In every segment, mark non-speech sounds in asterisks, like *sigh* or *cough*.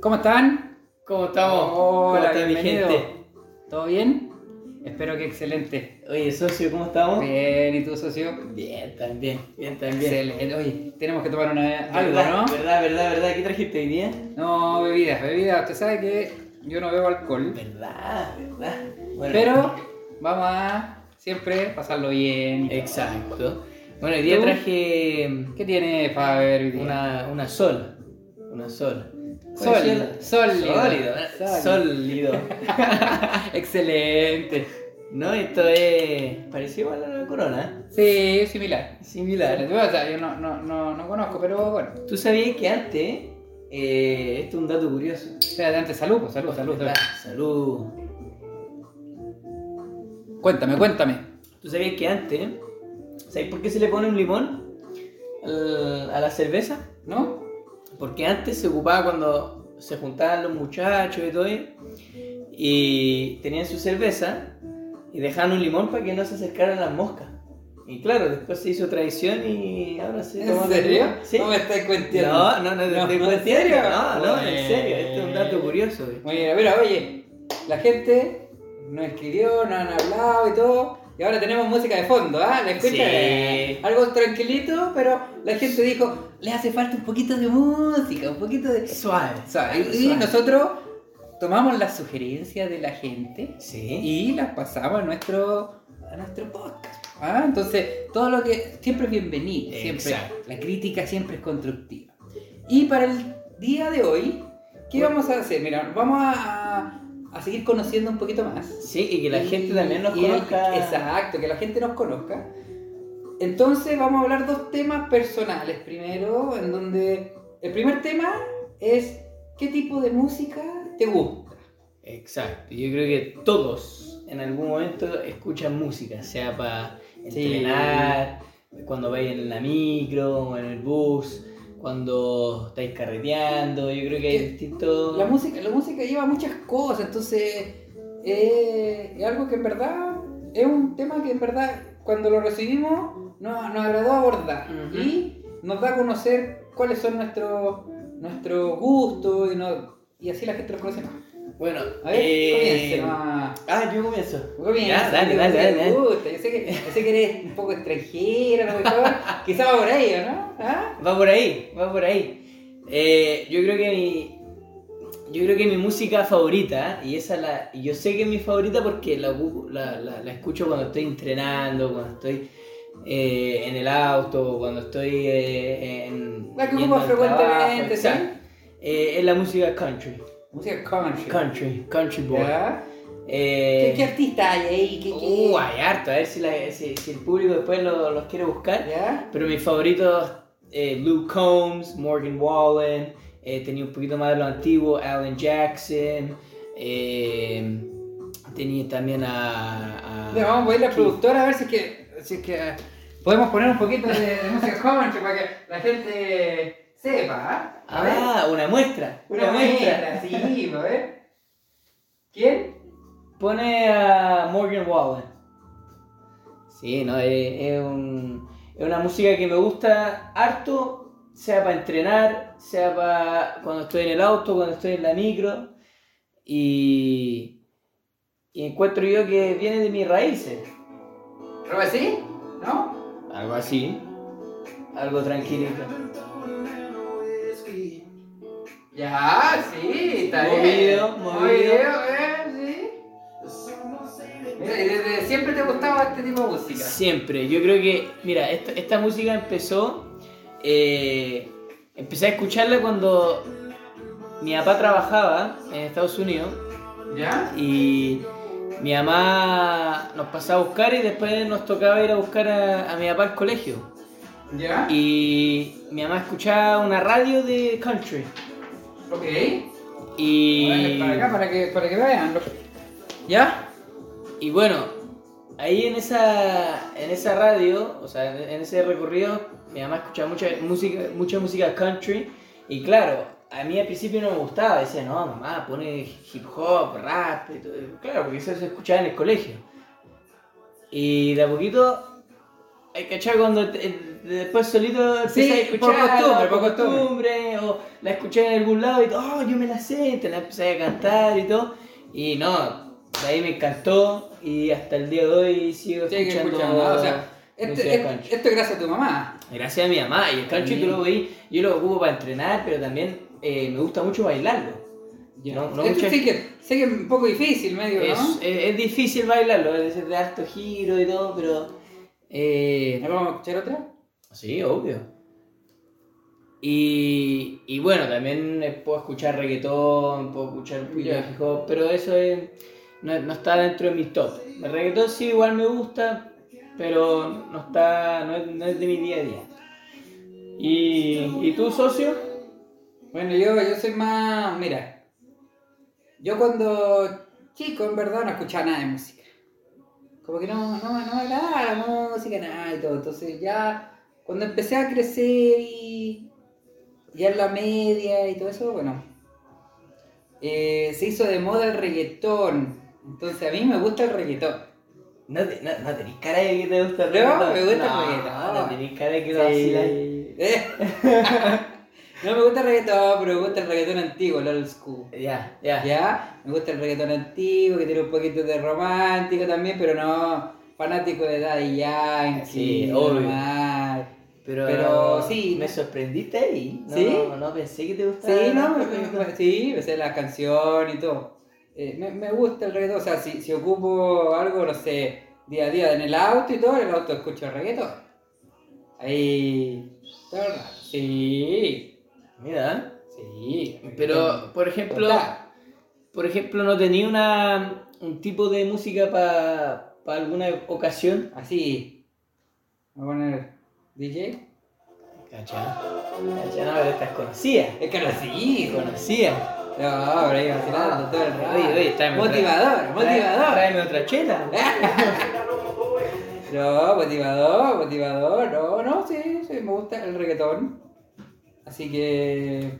¿Cómo están? ¿Cómo estamos? ¿Cómo Hola, está mi bienvenido. gente? ¿Todo bien? Espero que excelente. Oye, socio, ¿cómo estamos? Bien, ¿y tú, socio? Bien, también, bien, también. Ah, Excelente. Oye, tenemos que tomar una, algo, ¿Verdad, ¿no? ¿Verdad, verdad, verdad? ¿Qué trajiste hoy día? No, bebidas, bebidas. Usted sabe que yo no bebo alcohol, Verdad, verdad. Bueno, pero vamos a siempre pasarlo bien. Exacto. Bueno, hoy día ¿Tú? Eh, traje em, ¿Qué tiene para beber hoy día? una, una sol. Una sol. Sol, Oye, sólido. Sólido. Sólido. *laughs* Sólido. Excelente. No, esto es parecido a la corona. Sí, es similar. ¿eh? Similar. O sea, yo no, no, no, no conozco, pero bueno. ¿Tú sabías que antes, eh, esto es un dato curioso, Espérate, antes salud, pues, salud, salud. salud. ¿verdad? Salud. Cuéntame, cuéntame. ¿Tú sabías que antes, ¿sabes por qué se le pone un limón al- a la cerveza? ¿No? Porque antes se ocupaba cuando se juntaban los muchachos y todo, y tenían su cerveza y dejaban un limón para que no se acercaran las moscas. Y claro, después se hizo tradición y ahora se toma Sí. ¿No me estás cuenteando? No, no, no, *laughs* no, No, ¿en en serio. serio? No, no, en serio. Este es un dato Bueno. curioso. güey. Muy bien, mira, oye, la gente nos escribió, nos han hablado y todo, y ahora tenemos música de fondo, ¿ah? ¿La escuchas? Sí. Algo tranquilito, pero la gente dijo, le hace falta un poquito de música, un poquito de... Suave. O sea, y- y suave. nosotros tomamos las sugerencias de la gente Sí. y las pasamos a nuestro, a nuestro podcast. ¿ah? Entonces, todo lo que... Siempre es bienvenido, siempre. Exacto. La crítica siempre es constructiva. Y para el día de hoy, ¿qué Bueno. vamos a hacer? Mira, vamos a, a seguir conociendo un poquito más. Sí, y que la Y- gente también nos y- conozca. Exacto, que la gente nos conozca. Entonces vamos a hablar dos temas personales primero, en donde el primer tema es qué tipo de música te gusta. Exacto, yo creo que todos en algún momento escuchan música, sea para Sí. entrenar, cuando vais en la micro o en el bus, cuando estáis carreteando, yo creo que hay Que distintos... La música, la música lleva muchas cosas, entonces eh, es algo que en verdad es un tema que en verdad cuando lo recibimos nos, nos agradó abordar Ujú. y nos da a conocer cuáles son nuestros nuestros gustos y, no- y así la gente los conoce más. Bueno, A ver, eh, comience más. Ah, yo comienzo. Comience, dale, que dale, te dale, dale. gusta. Yo sé que, yo sé que eres un poco extranjero, a lo *laughs* mejor. quizás va por ahí, ¿o ¿no? ¿Ah? Va por ahí, va por ahí. Eh, yo creo que mi... Yo creo que mi música favorita, y esa la. y Yo sé que es mi favorita porque la, ocupo- la, la- la escucho cuando estoy entrenando, cuando estoy eh, en el auto, cuando estoy eh, en. La que yendo ocupas al trabajo, frecuentemente, ¿sí? exacto. Eh, es la música country. Música country. Country, country boy. ¿Ya? Eh, ¿Qué, qué artista hay ahí? ¿Qué, qué? uh, hay harto, a ver si, la- si- si el público después lo- los quiere buscar. ¿Ya? Pero mis favoritos, eh, Luke Combs, Morgan Wallen, eh, tenía un poquito más de lo antiguo, Alan Jackson, eh, tenía también a... a- Ya, vamos a ir a la Keith. productora a ver si es que, si es que eh, podemos poner un poquito de, *laughs* de música country para que la gente sepa. ¿ah? A ver. Ah, una muestra, una, muestra. Sí, a ver. ¿Quién? Pone a Morgan Wallen. Sí, no, es, es un- es una música que me gusta harto, sea para entrenar, sea para cuando estoy en el auto, cuando estoy en la micro. Y, y encuentro yo que viene de mis raíces. ¿Roba sí? ¿No? Algo así. Algo tranquilito. Ya, sí, está Movido, bien. movido. eh, sí. Mira, y desde siempre *laughs* te gustaba este tipo de música. Siempre, yo creo que, mira, esta, esta música empezó, eh, empecé a escucharla cuando mi papá trabajaba en Estados Unidos ¿Ya? y mi mamá nos pasaba a buscar y después nos tocaba ir a buscar a, a mi papá al colegio. ¿Ya? Y mi mamá escuchaba una radio de country. Ok. Y... Para acá, para que, para que vean. lo- ¿Ya? Y bueno, ahí en esa, en esa radio, o sea, en, en ese recorrido, mi mamá escuchaba mucha música, mucha música country. Y claro, a mí al principio no me gustaba. Decía, no, mamá, pone hip hop, rap. y todo". Claro, porque eso se escuchaba en el colegio. Y de a poquito, hay cachar cuando te- eh, después solito empecé Sí, a por escuchar costumbre, por costumbre. o la escuché en algún lado y todo, oh, yo me la sé, y te la empecé a cantar y todo. Y no, de ahí me encantó y hasta el día de hoy sigo Sí, hay que escuchando. escucharla, o sea, esto, Lucía esto- Cancho. esto es gracias a tu mamá. Gracias a mi mamá. Y el calcho Sí. yo lo voy, yo lo ocupo para entrenar, pero también eh, me gusta mucho bailarlo. No- no esto mucha- sí que, sé que es un poco difícil, medio, Es, Este ¿no? es- es difícil bailarlo, es de harto giro y todo, pero. eh, ¿Ahora ¿Vamos a escuchar otra? Sí, obvio. Y, y bueno, también eh, puedo escuchar reggaetón, puedo escuchar un poquito de Ya. hip hop, pero eso es- no, no está dentro de mis top. El reggaetón sí igual me gusta, pero no está no es, no es de mi día a día. ¿Y, y tú, socio? Bueno, yo, yo soy más. Mira, yo cuando chico en verdad no escuchaba nada de música. Como que no, no, no me agradaba la música, nada y todo. Entonces ya cuando empecé a crecer y ya en la media y todo eso, bueno, eh, se hizo de moda el reggaetón. Entonces a mí me gusta el reggaetón. No, te- no, no tenés cara de que te gusta el No, reggaetón. me gusta el No, reggaetón. No tenés cara de que Sí. lo vaciláis. *laughs* no me gusta el reggaetón, pero me gusta el reggaetón antiguo, el old school. Ya, ya. ¿Ya? Me gusta el reggaetón antiguo, que tiene un poquito de romántico también, pero no fanático de Daddy Yankee. Sí, obvio. normal. Pero, Pero sí. me sorprendiste ahí. No, ¿Sí? no pensé que te gustaba. Sí, no, tanto me, el me- reggaetón. me- sí, me sé la canción y todo. Eh, me, me gusta el reggaetón, o sea, si, si ocupo algo, no sé, día a día en el auto y todo, en el auto escucho reggaetón. Ahí, todo el rato. Sí, Mira, sí. pero por ejemplo, Total. por ejemplo, no tenía una, un tipo de música para alguna ocasión. Así. Voy a poner DJ. Cacha, cacha, no, pero estás conocida. Es que lo sí, con- Conocida. No, pero ahí vacilando todo el rato. Oye, oye, tráeme otra. motivador, Trae- motivador. Tráeme otra chela. No, motivador, motivador. No, no, sí, sí, me gusta el reggaetón. Así que.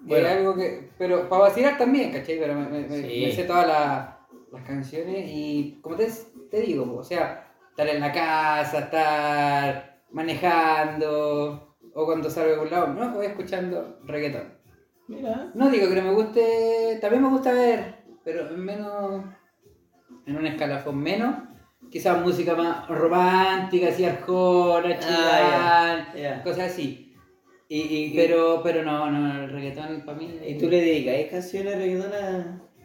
Bueno. Bueno. algo que. Pero para vacilar también, ¿cachai? Pero me, me- me- Sí. me sé todas la- las canciones y, como te, te digo, o sea, estar en la casa, estar manejando, o cuando salgo de un lado, no, voy escuchando reggaetón. Mira. No digo que no me guste, también me gusta ver, pero en menos, en un escalafón menos. Quizás música más romántica, así arjona, Ah, chilán, ya, ya. cosas así. Y, y- y- Pero, pero no, no, el reggaetón para mí. ¿y tú le dedicas canciones de reggaetón a,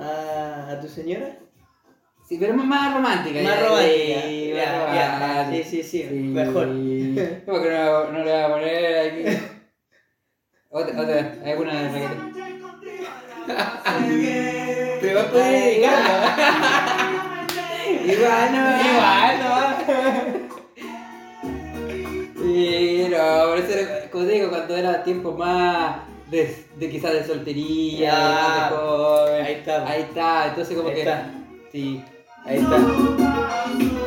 a, a tu señora? Sí, pero más- más romántica. Más ya, romántica, sí, ya, más ya, romántica. sí, sí, *laughs* sí, mejor. Sí, Porque no, no le voy a poner aquí. *laughs* Otra, otra, alguna de reggaetón. Te vas a poder dedicar, *laughs* Igual no. Igual, ¿no? Sí, no, por eso, era- como te digo, cuando era tiempo más de, de quizás de soltería, Ya. de joven. Ah. Ahí está. Ahí está, entonces como Ahí que. está. Sí. Ahí está.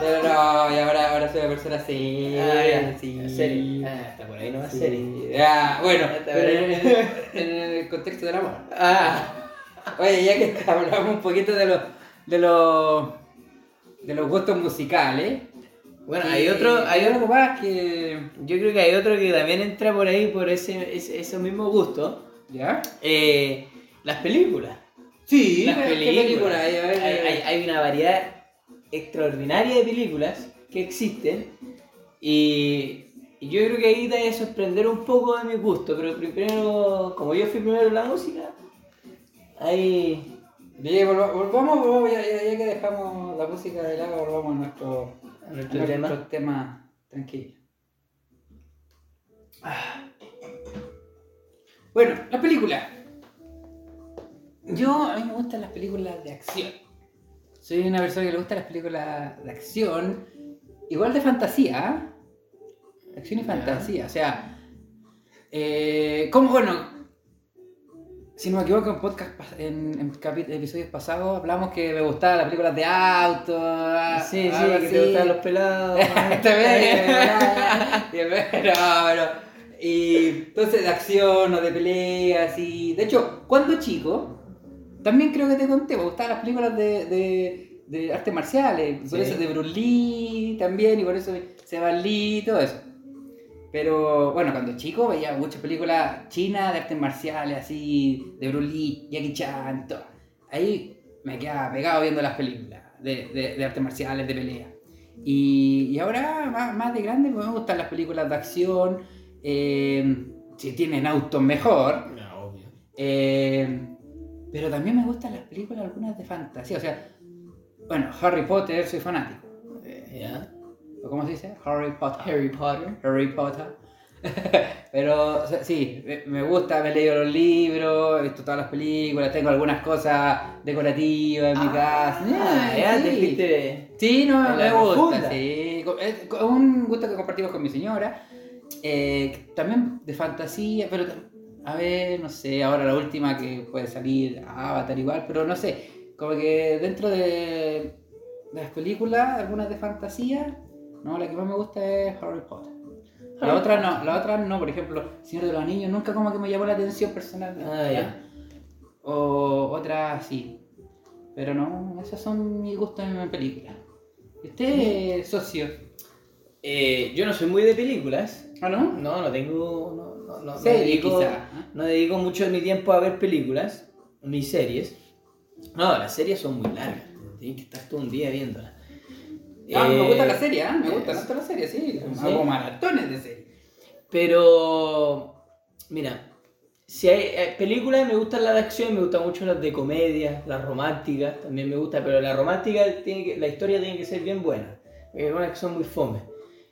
Pero no, y ahora, ahora soy una persona seria. Ah, ya, sí. en serio. Ah, está por ahí nomás Sí. serio. Ah, bueno, Está pero en, bien. en el contexto del amor. Ah, Oye, ya que *laughs* hablamos un poquito de los de los de los gustos musicales. bueno, y- hay otro, hay otro, algo más que yo creo que hay otro que también entra por ahí por ese, ese, esos mismos gustos. ya. Eh, las películas. Sí, las ¿qué película? Ay, a ver, Hay, hay- hay una variedad extraordinaria de películas que existen y, y yo creo que ahí te voy a sorprender un poco de mi gusto, pero primero, como yo fui primero en la música, ahí... Bien, volva- volvamos, volvamos, ya, ya- ya que dejamos la música de lado, volvamos a nuestro, a a nuestro nuestro tema. tema. tranquilo. Ah. Bueno, la película. Yo, a mí me gustan las películas de acción. Soy una persona que le gustan las películas de acción, igual de fantasía. ¿eh? Acción y Ya. fantasía, o sea... Eh, ¿Cómo, bueno, Si no me equivoco, en podcast, pas- en, en capi- episodios pasados hablamos que me gustaban las películas de auto. ah, Sí, sí, algo que así. te gustan los *laughs* pelados. Está *laughs* *laughs* bien, bien, bien, no, pero- Y entonces de acción o de peleas y... De hecho, cuando chico, también creo que te conté, me gustaban las películas de, de, de artes marciales, por Sí. eso de Bruce Lee también, y por eso se va Lee y todo eso. Pero bueno, cuando chico veía muchas películas chinas de artes marciales, así, de Bruce Lee, Jackie Chan, todo. Ahí me quedaba pegado viendo las películas de, de- de artes marciales, de pelea. Y, y ahora, más, más de grande, pues, me gustan las películas de acción. eh, si tienen autos, mejor. No, obvio. Eh, pero también me gustan las películas algunas de fantasía. O sea, bueno, Harry Potter, soy fanático. ¿Ya? ¿O ¿Cómo se dice? Harry Potter. Harry Potter. Harry Potter. *laughs* pero o sea, sí, me- me gusta, me he leído los libros, he visto todas las películas, tengo algunas cosas decorativas en mi casa. Ah, Ah, ya sí. te fuiste. Sí, no, A la me gusta, profunda. sí. Co- Es co- un gusto que compartimos con mi señora. Eh, que también de fantasía, pero tam- a ver, no sé, ahora la última que puede salir Avatar igual, pero no sé, como que dentro de, de las películas, algunas de fantasía, no, la que más me gusta es Harry Potter. La Harry otra no, la otra no, por ejemplo, Señor de los Anillos nunca como que me llamó la atención personalmente. Ah, ya. O otra sí. Pero no, esos son mis gustos en películas. Este socio. Eh, yo no soy muy de películas. ¿Ah, no? No, no tengo. No, no, no, no Serie, dedico- quizá. ¿eh? No dedico mucho de mi tiempo a ver películas ni series. No, las series son muy largas. Tienes que estar todo un día viéndolas. Ah, me Eh, gusta la serie, ¿eh? Me eh, gusta tanto la serie, sí. ¿Sí? Hago maratones de serie. Pero, mira, si hay eh, películas, me gustan las de acción, me gustan mucho las de comedia, las románticas, también me gusta, pero la romántica, tiene que, la historia tiene que ser bien buena. Hay algunas que son muy fome.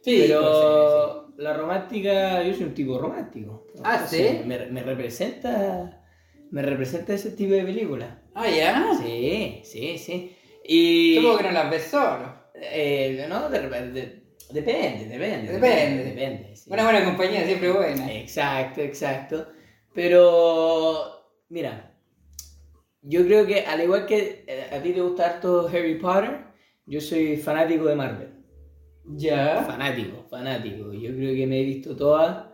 pues, pero la romántica, yo soy un tipo romántico. Ah, ¿sí? Entonces, Me, me representa me representa ese tipo de película. Ah, ya. Sí, sí, sí. Y... Supongo que no las ves solo. eh, no, de repente- de- depende, depende. Depende. depende, sí. Una buena compañía, siempre buena. Exacto, exacto. Pero, mira, yo creo que al igual que eh, a ti te gusta harto Harry Potter, yo soy fanático de Marvel. Ya. Fanático, fanático. Yo creo que me he visto todas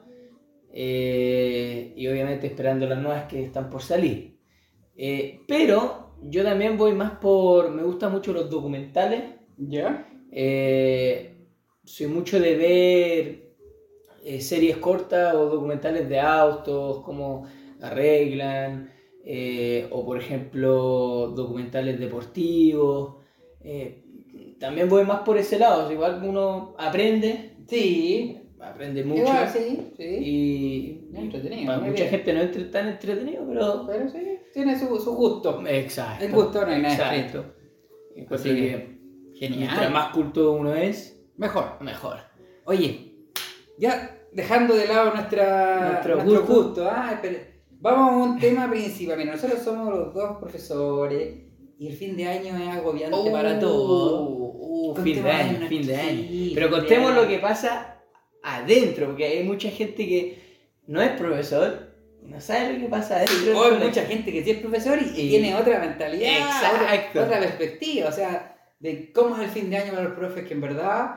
eh, y obviamente esperando las nuevas que están por salir. Eh, pero yo también voy más por, me gustan mucho los documentales Ya. eh, soy mucho de ver eh, series cortas o documentales de autos, cómo arreglan, eh, o por ejemplo documentales deportivos. eh, también voy más por ese lado, igual uno aprende, Sí. aprende mucho. Igual, sí, sí. Y Muy entretenido, para muy mucha bien. gente no es entre- tan entretenido, pero... Pero sí, tiene su, su gusto. Exacto. El gusto no hay nada Exacto. escrito. Encuentro Así que mientras Genial. más culto uno es, Mejor. mejor. Oye, ya dejando de lado nuestra, Nuestro gusto. gusto, ah, espera, vamos a un tema principal. Mira, nosotros somos los dos profesores y el fin de año es agobiante para todos. Oh, Uh, Contemos fin de año, una- fin de año. sí, Pero fin de contemos año. lo que pasa adentro, porque hay mucha gente que no es profesor y no sabe lo que pasa adentro. Hoy del colegio. mucha gente que sí es profesor y, y Sí. tiene otra mentalidad, otra- Exacto. Otra, perspectiva, o sea, de cómo es el fin de año para los profes, que en verdad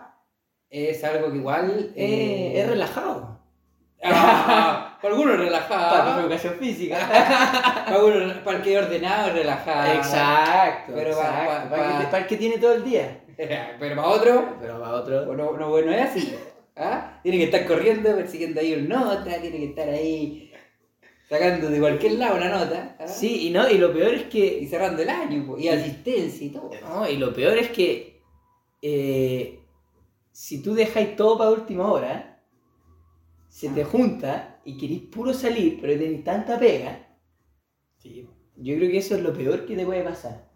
es algo que igual... Eh, eh, es relajado. *laughs* ah, para algunos *laughs* Para relajado, educación física. para, algunos- para el que es ordenado es relajado. exacto. Ah. Pero exacto. va- va- para, el que, va- para el que tiene todo el día. *laughs* Pero para otro... Pero para otro. Bueno, no, bueno, es así. ¿ah? Tiene que estar corriendo, persiguiendo ahí una nota, tiene que estar ahí sacando de cualquier lado una nota. ¿ah? Sí, y no, y lo peor es que Y cerrando el año, po, y asistencia y todo. No, y lo peor es que eh, si tú dejáis todo para última hora, se te Ah. junta y querís puro salir, pero tenéis tanta pega, yo creo que eso es lo peor que te puede pasar.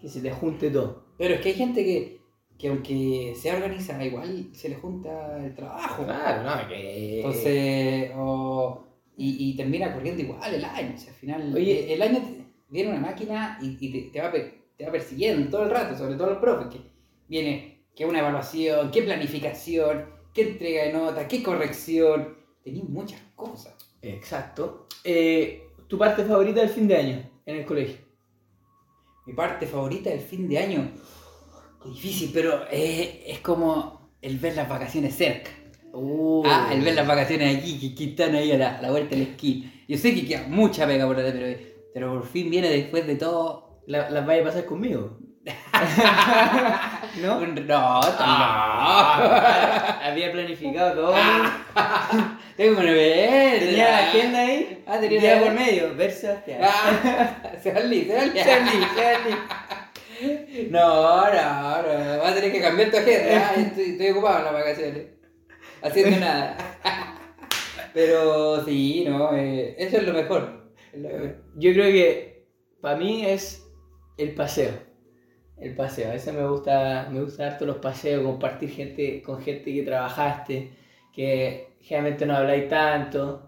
Que se te junte todo. Pero es que hay gente que, que aunque sea organizada, igual se le junta el trabajo. no, que... Entonces, o- y, y termina corriendo igual el año. O sea, al final, Oye. Oye, el año te- viene una máquina y, y te, te va, per- te va persiguiendo todo el rato, sobre todo los profes, que viene que una evaluación, qué planificación, qué entrega de notas, qué corrección. Tenís muchas cosas. Exacto. Eh, ¿Tu parte favorita del fin de año en el colegio? Mi parte favorita del fin de año, qué difícil, pero eh, es como el ver las vacaciones cerca. Uh. Ah, el ver las vacaciones aquí, que, que están ahí a la, a la vuelta del esquí. Yo sé que queda mucha pega por hacer, pero, pero por fin viene después de todo. *laughs* La- ¿Las vais a pasar conmigo? ¿No? Ah. Un- No, *laughs* Había planificado todo. no. *laughs* Tengo una vez. Tenía la agenda ahí. Ah, tenía Día la- por medio. Versa. Ah, *laughs* se va li- se va li- Charlie, Charlie. No, no, no. Vas a tener que cambiar tu agenda. Ah, estoy, estoy ocupado en las vacaciones. Haciendo nada. *laughs* Pero sí, no. eh, eso es lo mejor. Es lo mejor. eh, Yo creo que para mí es el paseo. El paseo. A veces me gusta, me gusta harto los paseos, compartir gente, con gente que trabajaste, que generalmente no habláis tanto.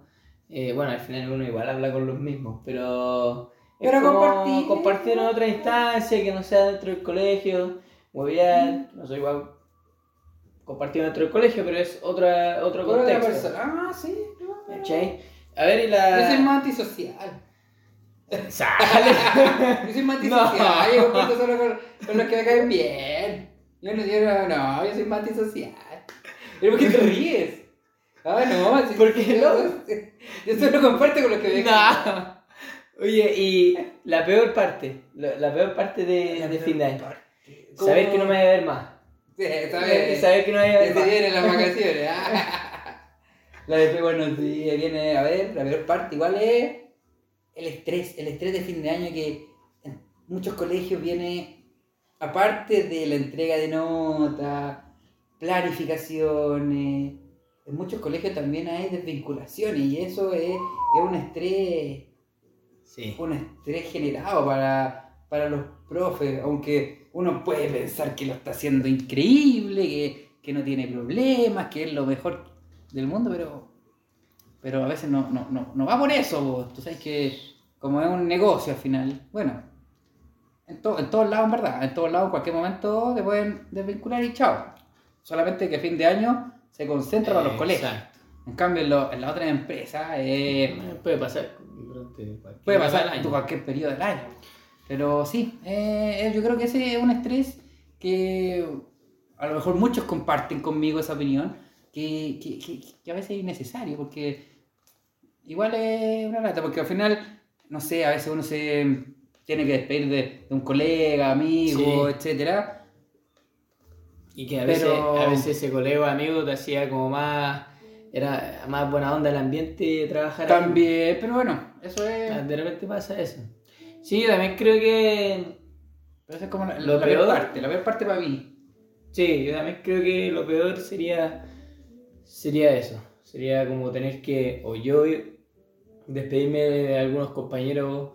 Eh, bueno, al final uno igual habla con los mismos, pero. es Pero como compartir. compartir en otra instancia que no sea dentro del colegio. Muy bien, no soy igual compartir dentro del colegio, pero es otra, otro Con otra contexto. persona. Ah, sí. no, no. ¿Cachai? A ver, y la. Yo soy más antisocial. *laughs* Sale. Yo soy más No. antisocial. Yo comparto solo con, con los que me caen bien. Yo no, yo no, no, yo soy más antisocial. Pero ¿por qué te ríes? Ah, *laughs* no, si- ¿Por qué no? Yo solo comparto con los que me caen bien. No. Oye, y la peor parte, la, la peor parte de, de fin de año. ¿Cómo? Saber que no me Eh, voy a ver más. Sí, está Saber, bien. saber que no me voy a Ya ver se más. vienen las vacaciones. *laughs* ah. La de bueno, sí, viene, a ver, la peor parte igual es el estrés, el estrés de fin de año que en muchos colegios viene, aparte de la entrega de notas, planificaciones, en muchos colegios también hay desvinculaciones y eso es, es un estrés Sí. un estrés generado para, para los profes, aunque uno puede pensar que lo está haciendo increíble, que, que no tiene problemas, que es lo mejor del mundo, pero, pero a veces no, no, no, no va por eso, vos. tú sabes que como es un negocio al final, bueno, en, to- en todos lados en verdad, en todos lados en cualquier momento te pueden desvincular y chao. Solamente que fin de año se concentra para los colegios. Eh, Exacto. En cambio, en, lo- en las otras empresas eh, Puede pasar. durante cualquier Puede época pasar del en año. cualquier periodo del año. Pero sí, eh, eh, yo creo que ese es un estrés que a lo mejor muchos comparten conmigo esa opinión, que, que- que- que a veces es innecesario, porque igual es una lata, porque al final, no sé, a veces uno se tiene que despedir de, de un colega, amigo, Sí. etcétera. Y que a veces, Pero- a veces ese colega o amigo te hacía como más. Era más buena onda el ambiente de trabajar ahí. También, pero bueno, eso es, De repente pasa eso. Sí, yo también creo que pero eso es como la, Lo la peor peor- parte, la peor parte para mí. Sí, yo también creo que lo peor sería sería eso. Sería como tener que, o yo ir- despedirme de algunos compañeros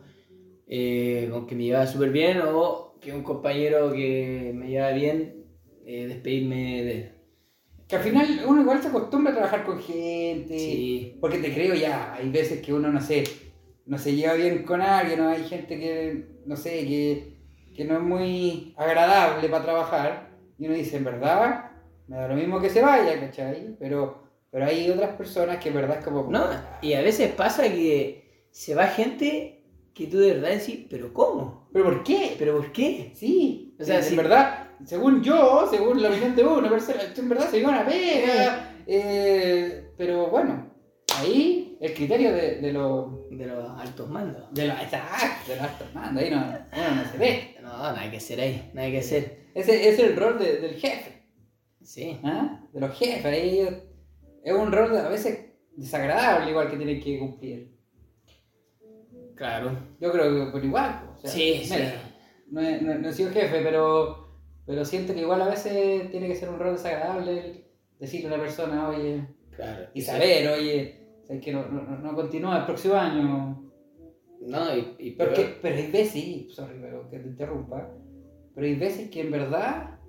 eh, con que me llevaba súper bien, o que un compañero que me llevaba bien, eh, despedirme de él. Que al final uno igual se acostumbra a trabajar con gente. Sí. Porque te creo ya, hay veces que uno no sé, no se lleva bien con alguien, o hay gente que, no sé, que, que no es muy agradable para trabajar, y uno dice, en verdad, me da lo mismo que se vaya, ¿cachai? Pero, pero hay otras personas que en verdad es como, No, y a veces pasa que se va gente que tú de verdad decís, ¿pero cómo? ¿pero por qué? ¿Pero por qué? Sí, O sea, en sí. verdad, según yo, según la opinión de uno, pero se- en verdad se dio una pega, eh, pero bueno, ahí el criterio de, de los... De los altos mandos. De los, exacto, de los altos mandos, ahí no, uno no se ve. No, nada que hacer ahí, nada que hacer. Ese es el rol de- del jefe, Sí. ¿ah? de los jefes. ahí ellos- es un rol a veces desagradable, igual que tienen que cumplir. Claro. Yo creo que por igual. o sea, Sí, sí. No, he, no- no he sido jefe, pero, pero siento que igual a veces tiene que ser un rol desagradable el decirle a una persona, oye, Claro. y saber, oye, sabes que no, no, no- no continúa el próximo año. No, y, y peor. Porque, pero hay veces, y- sorry, pero que te interrumpa, pero hay veces que en verdad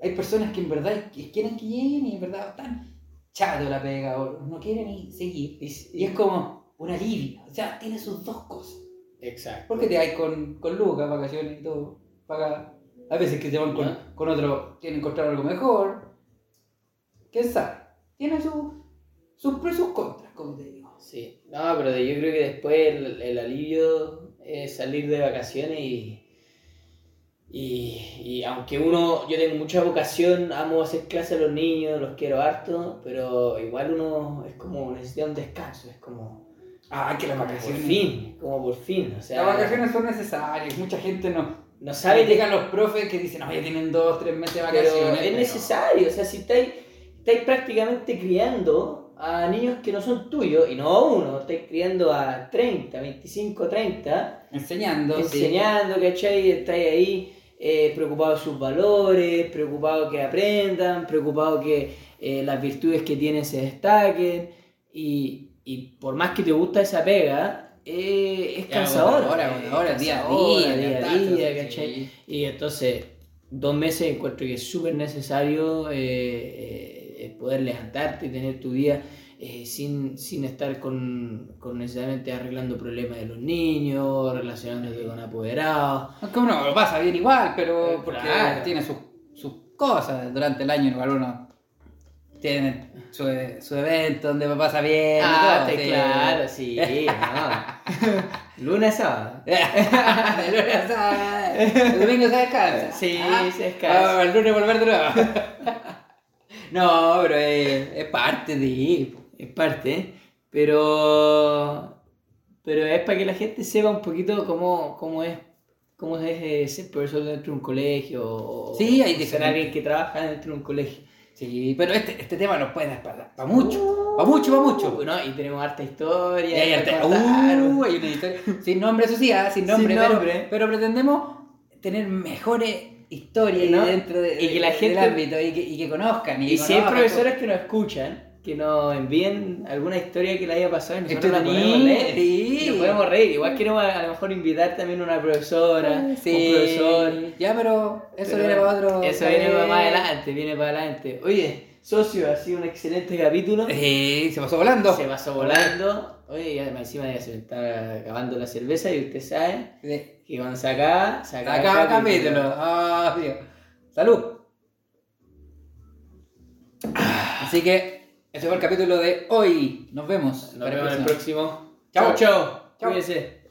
hay personas que en verdad que quieren que lleguen y en verdad están chato de la pega o no quieren y seguir. Y s- Y es como un alivio, o sea, tiene sus dos cosas. Exacto. Porque te vas con, con Lucas, vacaciones y todo, paga. Hay veces que se van con, Ya. con otro, quieren encontrar algo mejor. ¿Quién sabe? Tiene su- sus pros y sus contras, como te digo. Sí. No, pero yo creo que después el, el alivio es salir de vacaciones y. Y, y aunque uno, yo tengo mucha vocación, amo hacer clases a los niños, los quiero harto, pero igual uno es como necesita un descanso, es como, Ah, que las como por fin, como por fin, o sea, Las vacaciones son necesarias, mucha gente no, No ¿Sabes? sabes de Llegan los profes que dicen, oye, tienen dos, tres meses de Pero vacaciones. es necesario, o sea, si estáis, estáis prácticamente criando a niños que no son tuyos, y no a uno, estáis criando a 30, 25, 30, Enseñando, sí. enseñando, ¿cachai? Estáis ahí eh, preocupados de sus valores, preocupados que aprendan, preocupados que eh, las virtudes que tienen se destaquen, y, y por más que te gusta esa pega, eh, es Es cansador. agotador, eh, agotador, día a día, cansadora, día a cansancio, día, sí. ¿cachai? Y entonces, dos meses encuentro que es súper necesario eh, eh, poder levantarte y tener tu día eh, sin, sin estar con, con necesariamente arreglando problemas de los niños, relacionándote con apoderados. Aunque uno lo pasa bien igual, Eh, pero porque claro. tiene sus, sus cosas durante el año, igual uno tiene su, e, su evento donde lo pasa bien. y todo, está sí. sí, *laughs* no. Luna sábado. de lunes a sábado. *laughs* El domingo se descansa. Sí, Ah, se descansa. ah, el lunes volver de nuevo. *laughs* no, pero es, es parte de. po. Es parte, ¿eh? pero pero es para que la gente sepa un poquito cómo, cómo es cómo es eh, ser profesor dentro de un colegio o Sí, hay o ser diferentes- alguien que trabaja dentro de un colegio. Sí, pero este, este tema nos puede dar para, para mucho. Para mucho, para mucho. Uh, ¿no? Y tenemos harta historia. Y hay que arte- contar. Uh, hay una historia. Sin nombre, eso sí, ah, sin nombre. Sin pero- nombre. Pero, pretendemos tener mejores historias ¿No? dentro de- Y que la del gente- ámbito y que, y que conozcan. Y, y que si hay conozcan. profesores que nos escuchan, que nos envíen alguna historia que le haya pasado y nosotros la Entretenido, podemos leer. sí. Y nos podemos reír. Igual queremos a, a lo mejor invitar también una profesora, Sí. un profesor. Ya, pero eso Pero viene para otro. Eh, Eso viene para más adelante, viene para adelante. Oye, socio, ha sido un excelente capítulo. Sí, se pasó volando. Eh, Se pasó volando. Oye, y además encima ya se me está acabando la cerveza y usted sabe Sí. que cuando se acaba, se acaba el Acá capítulo. Ah, Dios. Salud. Ah. Así que ese fue el capítulo de hoy. Nos vemos. Nos para el vemos en el próximo. próximo. Chao. chao. Chao. Cuídense.